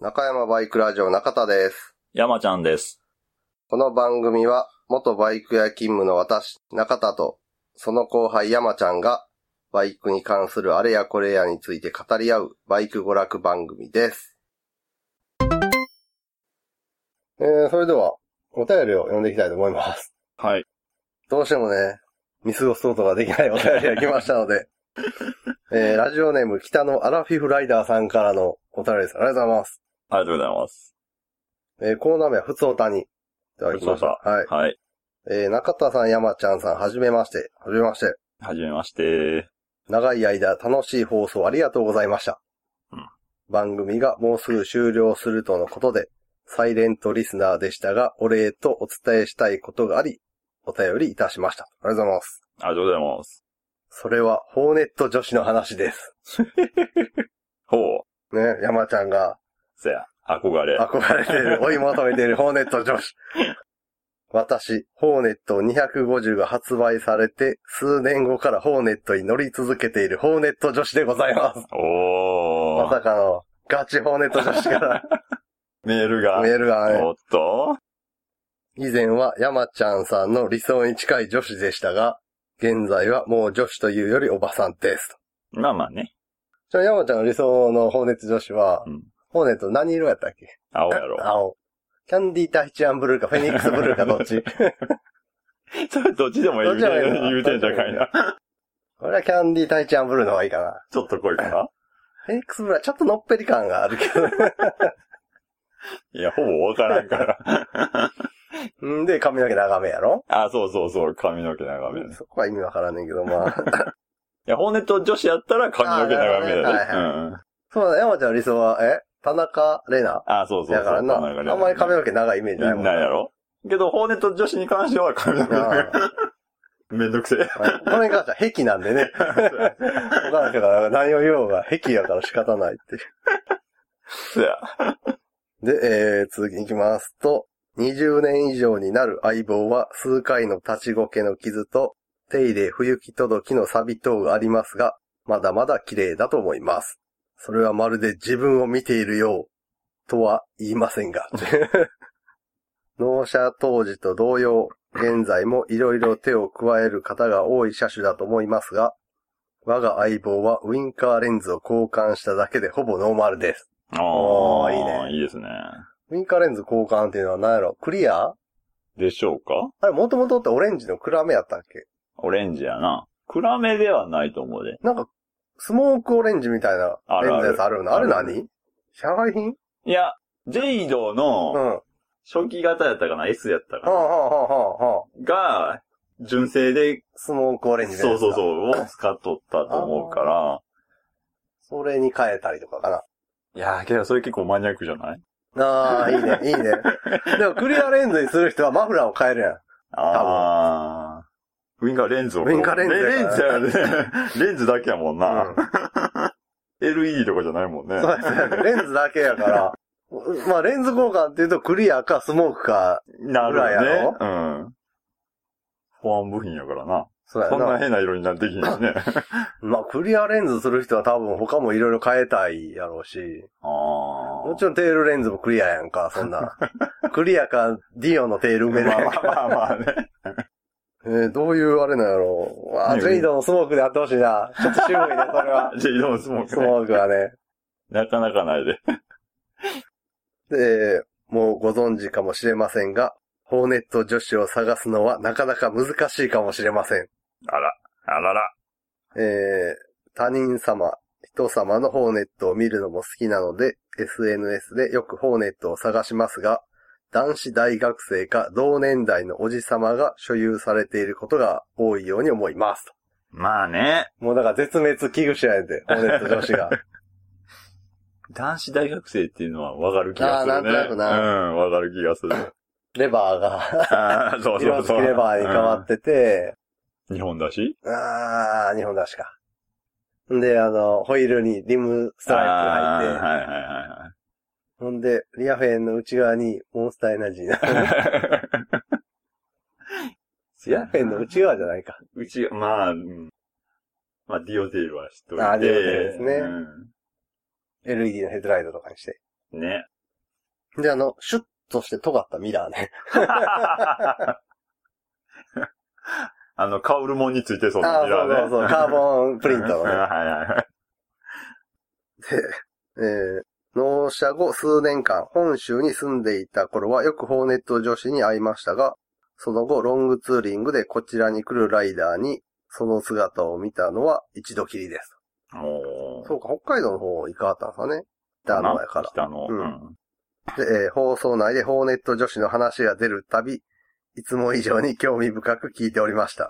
中山バイクラジオ中田です。山ちゃんです。この番組は、元バイク屋勤務の私、中田と、その後輩山ちゃんが、バイクに関するあれやこれやについて語り合う、バイク娯楽番組です。えー、それでは、お便りを読んでいきたいと思います。はい。どうしてもね、見過ごすことができないお便りが来ましたの で、えー、ラジオネーム北のアラフィフライダーさんからのお便りです。ありがとうございます。ありがとうございます。えー、コーナー名はふつおたに。いただきました。ふつはい。はい。えー、中田さん、山ちゃんさん、はじめまして。はじめまして。はじめまして。長い間楽しい放送ありがとうございました。うん番組がもうすぐ終了するとのことで、サイレントリスナーでしたが、お礼とお伝えしたいことがあり、お便りいたしました。ありがとうございます。ありがとうございます。それは、ホーネット女子の話です。ほう。ね、山ちゃんがせや、憧れ。憧れてる、追い求めてるホーネット女子。私、ホーネット250が発売されて、数年後からホーネットに乗り続けているホーネット女子でございます。おまー。さかの、ガチホーネット女子から メールが。メールがね、おっと以前は山ちゃんさんの理想に近い女子でしたが、現在はもう女子というよりおばさんです。まあまあね。じゃあ山ちゃんの理想のホーネット女子は、うんホーネット何色やったっけ青やろ。青。キャンディータヒチアンブルーかフェニックスブルーかどっちそれど っちでも言うてどっちでもいいんな言うてんじゃかいな。俺はキャンディータヒチアンブルーの方がいいかな。ちょっと濃いかなフェニックスブルーはちょっとのっぺり感があるけ ど。いや、ほぼわから んから。うんで、髪の毛長めやろあ、そうそうそう、髪の毛長めね。いそこは意味わからんねんけど、まあ。 や、ホーネット女子やったら髪の毛あ長めなるほだどねはいね。うん。そうだ、山ちゃんの理想は、え田中玲奈あ、そうそうそう。だからな、なんかねあんまり髪の毛長いイメージないもんないやろけど、ホーネット女子に関しては髪の毛長あい。めんどくせえ。あこれに関しては癖なんでね。他の人が何を言おうが癖やから仕方ないっていせや。う。で、えー、続きに行きますと、20年以上になる相棒は数回の立ちごけの傷と、手入れ冬木届きの錆等がありますが、まだまだ綺麗だと思います。それはまるで自分を見ているよう、とは言いませんが。納車当時と同様、現在もいろいろ手を加える方が多い車種だと思いますが、我が相棒はウインカーレンズを交換しただけでほぼノーマルです。おあーあ、いいねいいですね。ウインカーレンズ交換っていうのは何やろクリアでしょうかあれ、もともとってオレンジの暗めやったっけオレンジやな。暗めではないと思うで。なんか、スモークオレンジみたいなあレるンあズるやつあるのあれある何社外品いや、ジェイドうん。のは初期型やったかな、S やったあはあかはあはあはあ。な、が、純正で、スモークオレンジのそやうつそうう。そう、を使っとったと思うから。それに変えたりとかかな。いやー、けどそれ結構マニアックじゃないああ、いいね、いいね。でも、クリアレンズにする人はマフラーを変えるやん。あー。ウィンカーレンズを。ウインカーレンズレやンズから やね。レンズだけやもんうんな。LED とかじゃないもんね。そうですね。レンズだけやから。まあ、レンズ交換っていうと、クリアかスモークか、なるぐらいやよろね。うん。保安部品やからな。そうやそんなな。変な色になってきひんしね。まあ、クリアレンズする人は多分他もいろいろ変えたいやろうし。ああ。もちろんテールレンズもクリアやんか、そん な。クリアか、ディオのテール埋めるまやあんまあか。まあまあね。えーどういうあれなんやろう。わあ、ねジェイドのスモークでやってほしいな。ちょっと渋いね、それ 。はジェイドンスモースクね。モークはね。なかなかないで。で、もうご存知かもしれませんが、ホーネット女子を探すのはなかなか難しいかもしれません。あら、あらら。えー、他人様、人様のホーネットを見るのも好きなので、SNS でよくホーネットを探しますが、男子大学生か同年代のおじ様が所有されていることが多いように思います。まあね。もうだから絶滅危惧種やねんて、ホーネット女子 が。男子大学生っていうのはわかる気がすあーるね。なんとなくなうん、わかる気がする。レバーが、ああ、そうそ色う付そう。きレバーに変わってて、うん日本だしあー、日本出しか。んで、あの、ホイールにリムストライプ入って、あーはいはほんで、リアフェンの内側にモンスターエナジーな。いはいはい。リアフェンの内側じゃないか。うち、まあ、うん。まあ、ディオテールは知っといて。あディオテールですねう LED のヘッドライトとかにして。んね。で、あの、シュッとして尖ったミラーね。あの、カウルモンについてそうなああ、ミラーね。そうそうそう、カーボンプリントの はいね。 はいはい。で、えー、納車後数年間、本州に住んでいた頃はよくホーネット女子に会いましたが、その後ロングツーリングでこちらに来るライダーに、その姿を見たのは一度きりです。おーそうか、北海道の方行かはったんですかね。北の前から。北の。ううんん。で、えー放送内でホーネット女子の話が出るたび、いつも以上に興味深く聞いておりま した。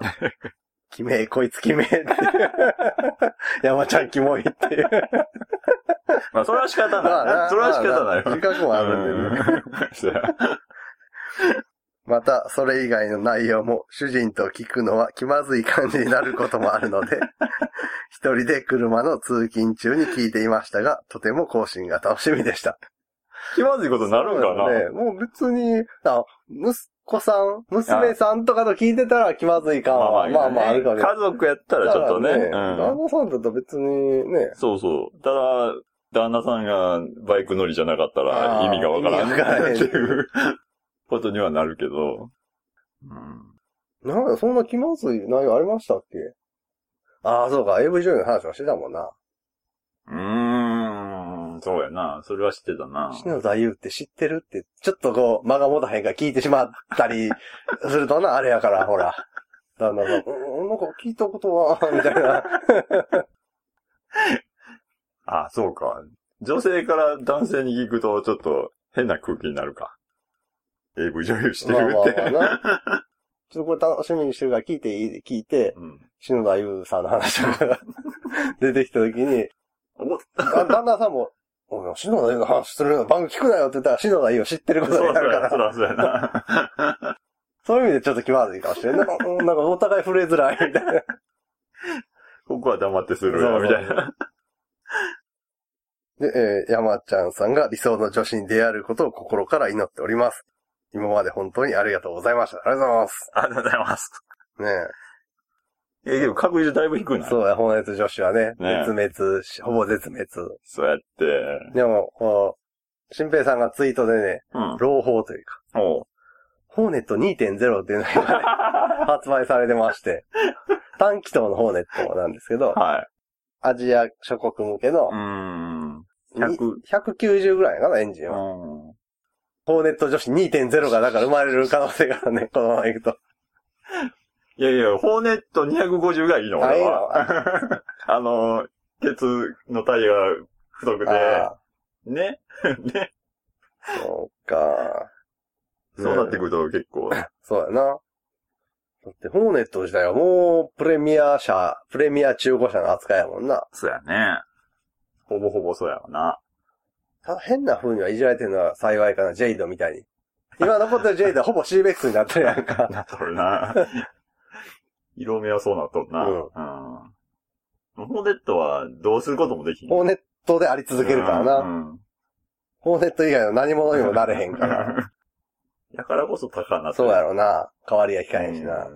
キメえ、こいつキメえって。山ちゃんキモいっていう。まあ、 それは仕方まなあい。それは仕方ないまあよ。自覚もあるんでね。そうやまた、それ以外の内容も主人と聞くのは気まずい感じになることもあるので、 一人で車の通勤中に聞いていましたが、とても更新が楽しみでした。気まずいことになるんかなそうですね。もう別に、あ、息子さん、娘さんとかと聞いてたら気まずい感は、まあまああるかもしれない。家族やったらちょっとね。ただうん旦那さんだと別にね、そうそう。ただ、旦那さんがバイク乗りじゃなかったあーら意味がわから意味わからへんんっていうことにはなるけど。うんなんかそんな気まずい内容ありましたっけああ、そうか、AV 女優の話はしてたもんな。うーん、そうやな。それは知ってたな。篠田優って知ってるって、ちょっとこう、間が持たへんから聞いてしまったり するとな、あれやから、ほら。旦那が、うんなんか聞いたことは、みたいな。あ、そうか。女性から男性に聞くと、ちょっと変な空気になるか。AV 女優 してまあるまって。あまあな。ちょっとこれ楽しみにしてるから聞いていい聞いて、うん。篠田優さんの話が 出てきたときに、だ旦那さんも、おい、篠田優の話するの番組聞くなよって言ったら、篠田優を知ってるそことうになそうるか や、ら、そそうらそうやな。いう意味でちょっと気まずいかもし れんない。なんか、うんなんかお互い触れづらいみたいな。ここは黙ってするよ、みたいな。で、えー山ちゃんさんが理想の女子に出会えることを心から祈っております。今まで本当にありがとうございました。ありがとうございます。ありがとうございます。ねえ、でも確率だいぶ低いえ。な。そうや、本熱女子はね、ねえ絶滅し、ほぼ絶滅。そうやって。でも、こう、新平さんがツイートでね、うん。朗報というか、おう。 ホーネット2.0っていうのが今ね、発売されてまして、短気筒のホーネットなんですけど、はい。アジア諸国向けのうーん。に100 190ぐらいかな、エンジンは。うんホーネット女子2.0がだから生まれる可能性が ね、このままいくと。いやいや、ホーネット250がいいの、俺あは。 あの、ケツのタイヤが太くて、あね。ね。あ、そうか。そうなってくると結構。そうやな。だって、ホーネット自体はもう、プレミア車、プレミア中古車の扱いやもんな。そうやね。ほぼほぼそうやわな。ただ変な風にはいじられてるのは幸いかな、ジェイドみたいに。今残ってるジェイドはほぼ CBX になってるやんか。 な、それ な。色目はそうなっとんな。ううん。ホーネットはどうすることもできん。ホーネットであり続けるからうな。ん。うんホーネット以外の何者にもなれへんから。。 だからこそ高 なそうやろ。ろな。変わりは効かへんしな。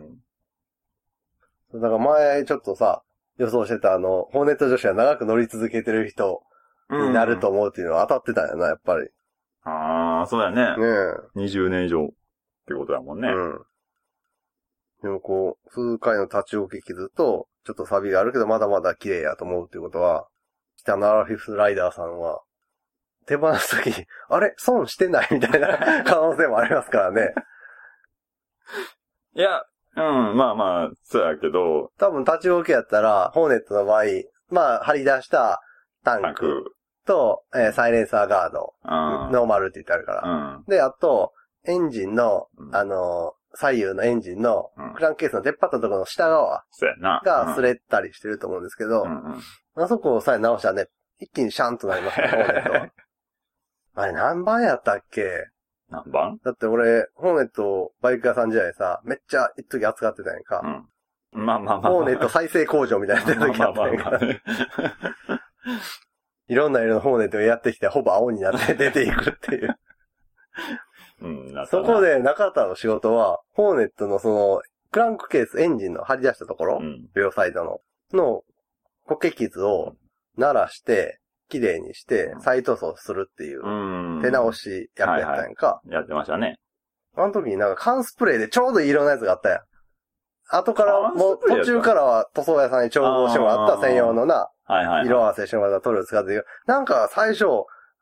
だから前、ちょっとさ、予想してたあの、ホーネット女子が長く乗り続けてる人うん。になると。思うっていうのは当たってたんやな、やっぱり。ねああ、そうやね。え。 20年以上ってことだもんね。うん。でもこう、数回の立ち置き傷と、ちょっとサビがあるけど、まだまだ綺麗やと思うってことは、北のアラフィフライダーさんは、手放すときに、あれ損してないみたいな 可能性もありますからね。いや、うん、まあまあ、そうやけど、多分立ち置きやったら、ホーネットの場合、まあ、張り出したタンク各、と、えーサイレンサーガード、うん。ノーマルって言ってあるから。うん。で、あと、エンジンの、うんあのー左右のエンジンの、うんクランクケースの出っ張ったところの下側そうやな。が擦れたりしてると思うんですけど、うんうんうんあそこをさえ直したらね、一気にシャンとなり ますね、ホーネットは。あれ何番やったっけ何番だって俺、ホーネットバイク屋さん時代さ、めっちゃ一時扱ってたやんうか。ん。まあまあまあ。ホーネット再生工場みたいな時 まああったまあやんまあか。。いろんな色のホーネットがやってきて、ほぼ青にな って出ていくっていう。うん、なったそなこ、で中田の仕事は、ホーネットのその、クランクケース、エンジンの張り出したところう、ん。両サイドの、の、コケ傷を鳴らして、綺麗にしてうん再塗装するっていうう、ん。手直。し役やったやんか。やってましたね。あの時になんか缶スプレーでちょうどいい色のやつがあったやん。後から、缶もスうプレーや途った中からは塗装屋さんに調合してもらった専用のな、はいはい。。色合わせしてもらった塗料使ってるなんか最初、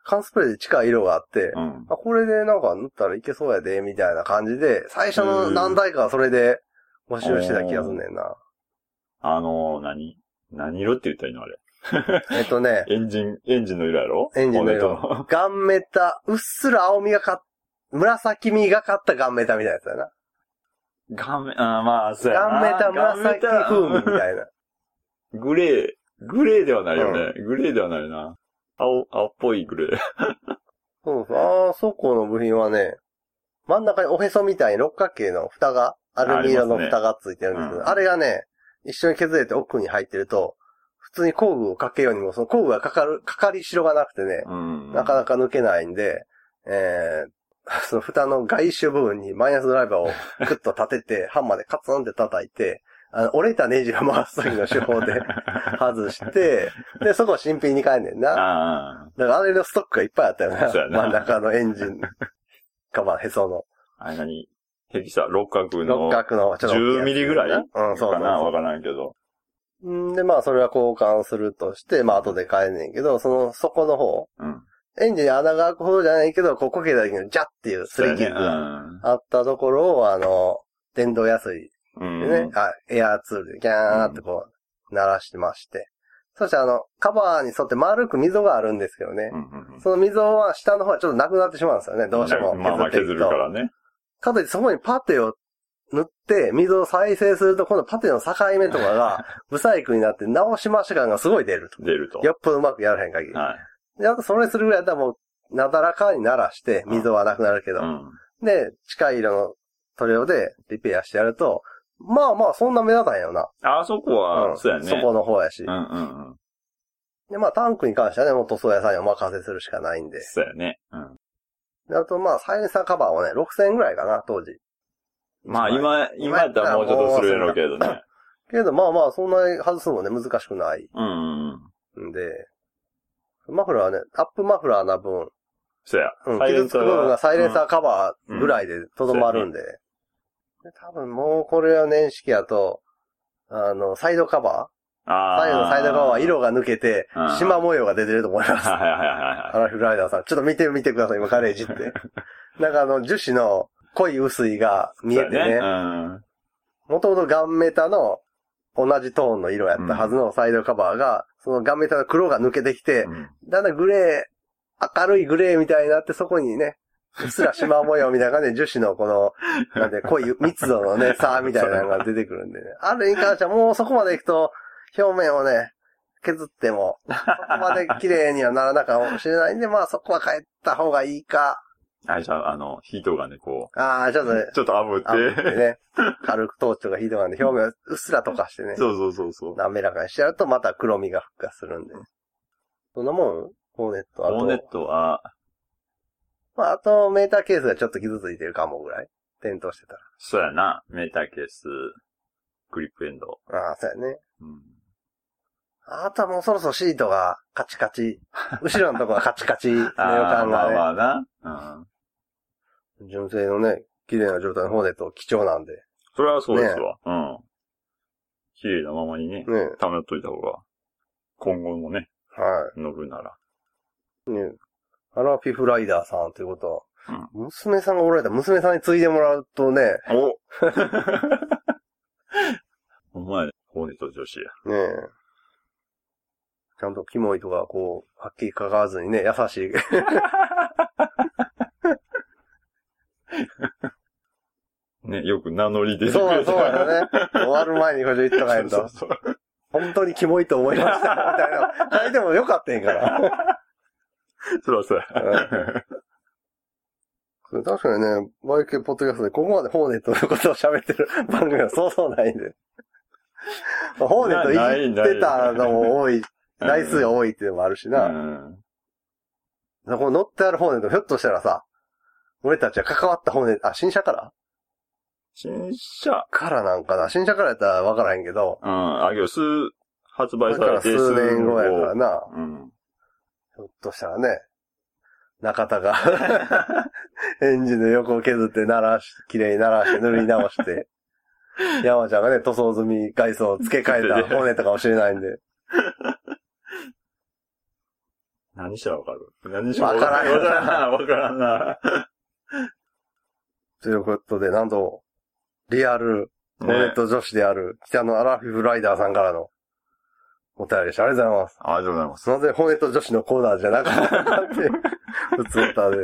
缶スプレーで近い色があって、うん。あこれでなんか塗ったらいけそうやで、みたいな感じで、最初の何台かはそれで募集してた気がすんねんな。あのー、何何色って言ったらいいのあれ。えっとね、エンジン、エンジンの色やろエンジンのボンネット色。ガンメタ、うっすら青みがかっ、紫みがかったガンメタみたいなやつだな。のガンメ、あーまあ、そうやな。ガンメタ紫風味みい。たいな。グレー、グレーではないよね。グレーではないな。青、青っぽいグレー。そうそう。ああ、そこの部品はね、真ん中におへそみたいに六角形の蓋が、アルミ色の蓋がついてるんですけど、あうんれがね、一緒に削れて奥に入ってると、普通に工具をかけようにも、その工具がかかる、かかりしろがなくてね、うん。なかなか抜けないんで、えー、 その蓋の外周部分にマイナスドライ バーをグッと立てて、ハンマーでカツンって叩いて、あの、折れたネジを回す時の手法 で外して、で、そこを新品に変えんねんな。あだからあれのストックがいっぱいあったよな。そうやな真ん中のエンジン、 カバー、へその、あ。あれ何ヘキサ、六角の。六角の、ちょっと大きいやつ。 10ミリぐらいうん、そうそうかなわそからんけど。う。んで、まあ、それは交換するとして、まあ、後で変えんねんけど、その、底の方、うん。エンジンに穴が開くほどじゃないけど、こう、こけた時のジャッっていうすり傷そうやがねあったところを、あの、電動やすいうん。でうねん、。あ、エアーツールでギャーってこう、鳴らしてまして。そして、あの、カバーに沿って丸く溝があるんですけどね。うんうんうんその溝は下の方はちょっとなくなってしまうんですよね。どうしてもまあまあ削って削いくるとか。らね。かといってそこにパテを塗って、溝を再生すると、今度パテの境目とか が、ブサイクになって直しました感がすごい出る出るとと。。よっぽどうまくやらへん限り。はい。で、あとそれするぐらいだったらもう、なだらかにならして、溝はなくなるけどう。ん。で、近い色の塗料でリペアしてやると、まあまあ、そんな目立たんよな。あそこうは、んそうやね。そこの方やしう。んうんうん。で、まあ、タンクに関してはね、もう塗装屋さんにお任せするしかないんで。そうやね。うん。であと、まあ、サイレンサーカバーはね、6000円ぐらいかな、当時。まあ今、今やったらもうちょっとするやろうけどね。けれど、まあまあ、そんなに外すのもね、難しくないうんうんうん。んで、マフラーはね、アップマフラーな分、そうや。うん、サイレ傷ンつくサー部が分がサイレンサーカバーぐらいでとどまるんで、で多分もうこれは年式やと、あの、サイドカバーあ左右のサイドカバーは色。色が抜けてあー、縞模様が出てると思います。はいはいはいはいアラフィフライダーさん、ちょっと見てみてください、今ガレー ジって。なんかあの、樹脂の濃い薄いが見えてそうやねう、ん。もともとガンメタの同じトーンの色やったはずのサイドカバーが、そのガンメタの黒が抜けてきて、うんだんだんグレー、明るいグレーみたいになって、そこにね、うっすら縞模様みたいな感じで、樹脂のこ の、なんで、濃い密度のね、差みたいなのが出てくるんでね。あるに関してはもうそこまで行くと、表面をね、削っても、そこまで綺麗にはならなかもしれないんで、まあそこは変えた方がいいか。あれじゃあ、あの、ヒートがね、こああ、ちょっ とねう、、ちょっと炙あっってて、、ね、軽くトーチとかヒートガンで表面をうっすら溶かしてねそうそうそうそう。滑らかにしてやるとまた黒みが復活するんで。そんなもんホーネット、あと。ボンネットは、まあ、あと、メーターケースがちょっと傷ついてるかもぐらい。点灯してたそうやな、メーターケース、クリップエンド。ら。ああ、そうやね。うん。あとはもうそろそろシートがカチカ チ。後ろのとこがカチカチの予あー感まあまがあな。うん。ね。純正のね、綺麗な状態のホーネット貴重なんで。それはそうですわ。うん。綺麗なままにね、ね。溜めといた方が、今後もね、は乗るなら。い。ね。アラフィフライダーさんということは、娘さんがおられたら娘さんに継いでもらうとね、お お前、ホーネット女子や。ねえ。ちゃんとキモいとか、こう、はっきり書かずにね、優しい。ね、よく名乗り出てくそれう、そうだね。終わる前にこれ言っとかないそうと。そう本当にキモいと思いました、みたいな。書いてもよかったんやから。そう。それはそうや。うん確かにね、バイクポッドキャストでここまでホーネットのことを喋ってる番組はそうそうないんで。ホーネットいじってたのも多い、な台い数が多いっていうのもあるしな。うんこの乗ってあるホーネット、ひょっとしたらさ、俺たちは関わったホーネット、あ、新車から新車。からなんかな。新車からやったらわからへんけど、うん。あ、けど、数、発こ売れさかれらて数年後やからな。うん。ひょっとしたらね、中田が 演じの横を削って鳴らし、綺麗に鳴らして塗り直して、山ちゃんがね、塗装済み外装を付け替えた骨とかもしれないんで、何したらわかる何したらわわかかららんな。わから んな。ということで、なんと、リアル、トレット女子である、北のアラフィフライダーさんからのお便りでした。ありがとうございます。ありがとうございます。なぜ骨と女子のコーナーじゃなかったかって、普通歌で。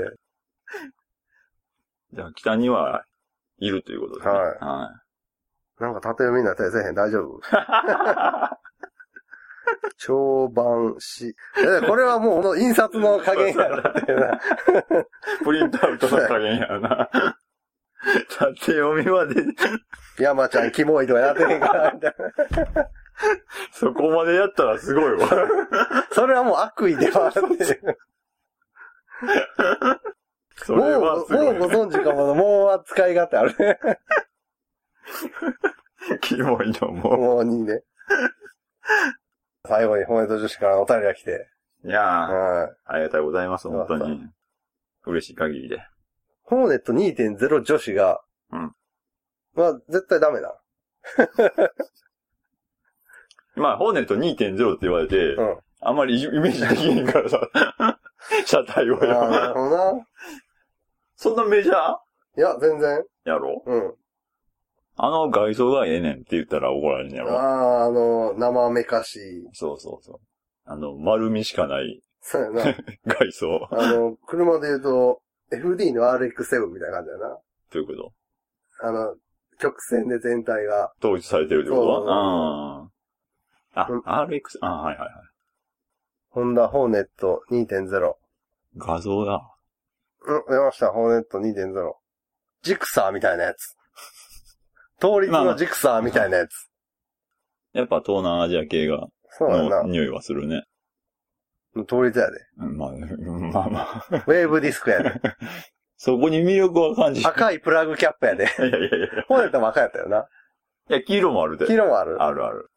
じゃあ、北には、いるということですね。はいはなんか縦読みになったりせえへん大丈 夫い。長版し。えこれはもう、この印刷の加減やろっていう な。プリントアウトの加減や な。縦読みまで、山ちゃんキモいとかなってへんから、みたいな。そこまでやったらすごい わ。それはもう悪意ではあるっていう。そもれはすごう、いもうご存知かも、もう扱い勝手ある ね。キモいのももうにね。最後に骨と女子からのお便りが来て。う。いやー、はい。ありがとうございます、よか本った当に。嬉しい限りで。ホーネット2.0女子が、うん。まあ、絶対ダメだ。まあ、ホーネット2.0って言われて、うん。 ああんまりイメージできへんからさ、 車あ、な体るは。ほどな。そんなメジャーいや、全然。やろうん。あの外装がええねんって言ったら怒られんやあろあ、あの、生めかし い。そうそうそう。あの、丸みしかないそうやな。外装。あの、車で言うと、FD の RX7 みたいな感じだな。ということ。あの、曲線で全体が。統一されてるってことはあそうあ、RX、あ、はいはいはい。ホンダホーネット2.0。画像だ。うん、出ました。ホーネット2.0。ジクサーみたいなや つ。倒立のジクサーみたいなやつ。やっぱ東南アジア系が、そうやのな。匂いはするね。倒立やで。うんまあ、 うんまあまあ。ウェーブディスクや で。そこに魅力は感じ る。赤いプラグキャップやで。いやいやいやいホーネットも赤やったよな。や。いや、黄色もあるで黄。色もある。あるある。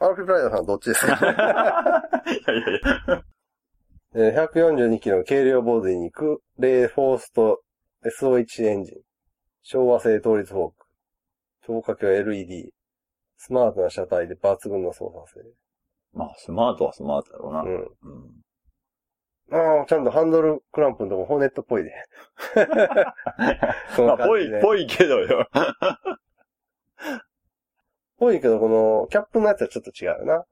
アルフィープライダーさんはどっちですかいやいやいや。えー ?142 キロの軽量ボディに行く、レイフォースト SO1 エンジン、昭和製倒立フォーク、超過距 LED、スマートな車体で抜群の操作性。 まあ、スマートはスマートだろうな。うん。うん。ああ、ちゃんとハンドルクランプのとこ、ホーネットっぽいで。そ まのあ、感ぽじいね、、ぽいけどよ。ぽいけど、この、キャップのやつはちょっと違うな。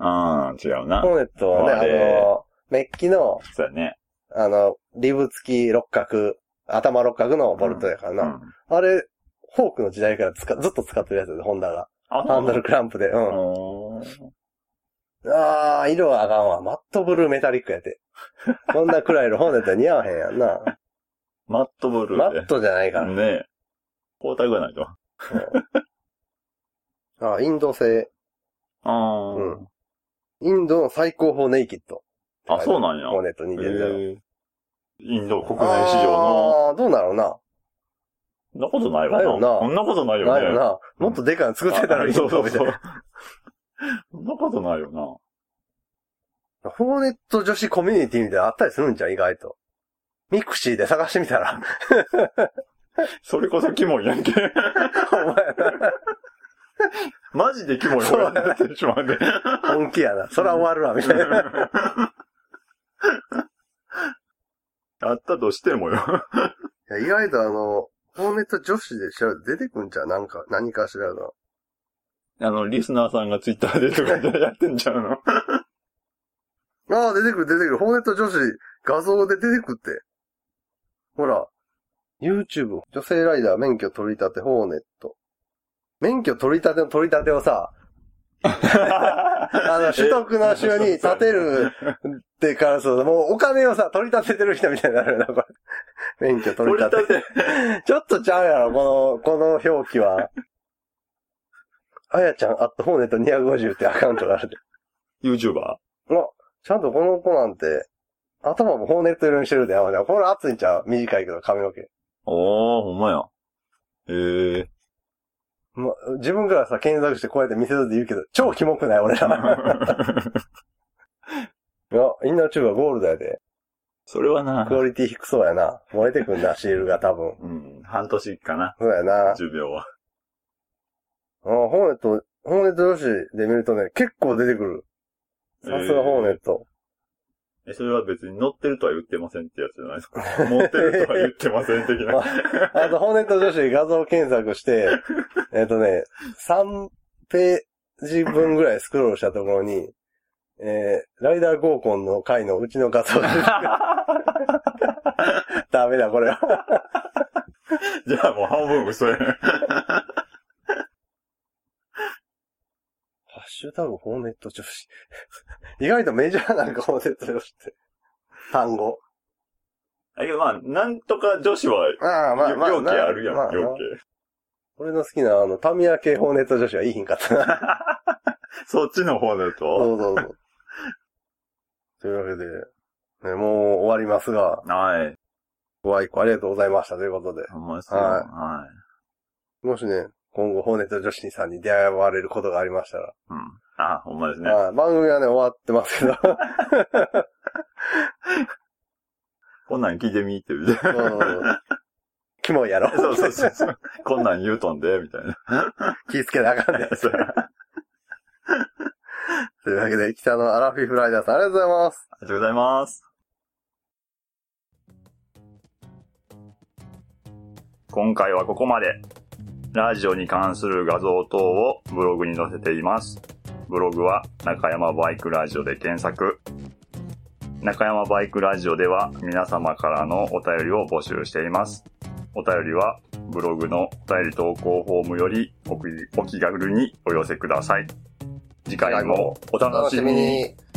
ああ、違うな。ホーネットはね、あれあの、メッキの、そうやね。あの、リブ付き六角、頭六角のボルトやからうな。ん。あれ、フォークの時代からつかずっと使ってるやつで、ホンダが。あ、ハンドルクランプで。う。うんん。あー、色はあかんわ。マットブルーメタリックやて。 こんな暗い色、ホンダやったら似合わへんやんな。マットブルマーで。ットじゃないから。ねえ。光沢がないと。あーインド製。ああ、うんインドの最高峰ネイキッド。あ、そうなんや。ホーネット2.0。へえインド国内市場の、あー、どうなのな。そんなことないわないよなそんなことないよね。ないよな。もっとでかいの作ってたらいいそのうそかうみそ。たいうそんなことないよな。な。ホーネット女子コミュニティみたいなのあったりするんじゃん、意外と。ミクシーで探してみた ら。それこそキモいやんけ。お前なマジでキモいよ。そうやなやってしまうんで。本気やな。そら終わるわ、みたいな。あったとしてもよ。いや、意外とあの、ホーネット女子で調べて出てくんじゃんなんか、何かしらの。あの、リスナーさんがツイッターでとかでやってんちゃうのああ、出てくる、出てくる。ホーネット女子、画像で出てくって。ほら、YouTube、女性ライダー免許取り立て、ホーネット。免許取り立ての取り立てをさ、あ あ の、取得の週に立てるってからそうもうお金をさ、取り立ててる人みたいになるよな、これ。免許取り取り立 て。立て。ちょっとちゃうやろ、この、この表記は。あやちゃん、アットホーネット250ってアカウントがあるで。 YouTuber? まあ、ちゃんとこの子なんて、頭もホーネット色にしてるで、山ちゃん。これ熱いんちゃう短いけど、髪の毛。おー、ほんまや。ええまあ、自分から さ、検索してこうやって見せるって言うけど、超キモくない俺ら。あ、インナーチューブはゴールドやで。 それはなク、オリティ低そうやな。燃えてくんな、シールが多分。うん、半年かな。そうやな。あ、 10秒は。ホーネット、ホーネット女子で見るとね、結構出てくる。さすがホーネット。え、それは別に乗ってるとは言ってませんってやつじゃないで すか。持ってるとは言ってません的な。 あと、ホーネット女子で画像検索して、えっとね、3ページ分ぐらいスクロールしたところに、えー、ライダー合コンの回のうちの画像がダメだ、これは。じゃあもう半分嘘 やん。ハッシュタグホーネット女子。意外とメジャーなんかホーネット女子って。単語。だけどまあ、なんとか女子は、ああ、まあまあ。容器あるやん、まあ容器。俺の好きな、あの、タミヤ系ホーネット女子はいいひんかった な。そっちの方だそとうそうそう。というわけで、ね、もう終わりますが、はい。ご愛顧ありがとうございましたということで。ほんまですよ。ははもしね、今後、ホーネット女子さんに出会われることがありましたら、い。うん。あ、ほんまですね。はい番組はね、終わってますけど、こんなん聞いてみって言うて。 そうそうそうキモいやろ。そうそうそうそう。こんなん言うとんで、みた いな。気ぃつけなあかんで。 そうあというわけで、北のアラフィフライダーさん、ありがとうございます。りがとうございます。今回はここまで。ラジオに関する画像等をブログに載せています。ブログは中山バイクラジオで検索。中山バイクラジオでは皆様からのお便りを募集しています。お便りはブログのお便り投稿フォームよりお気お気軽にお寄せください。次回もお楽しみに。。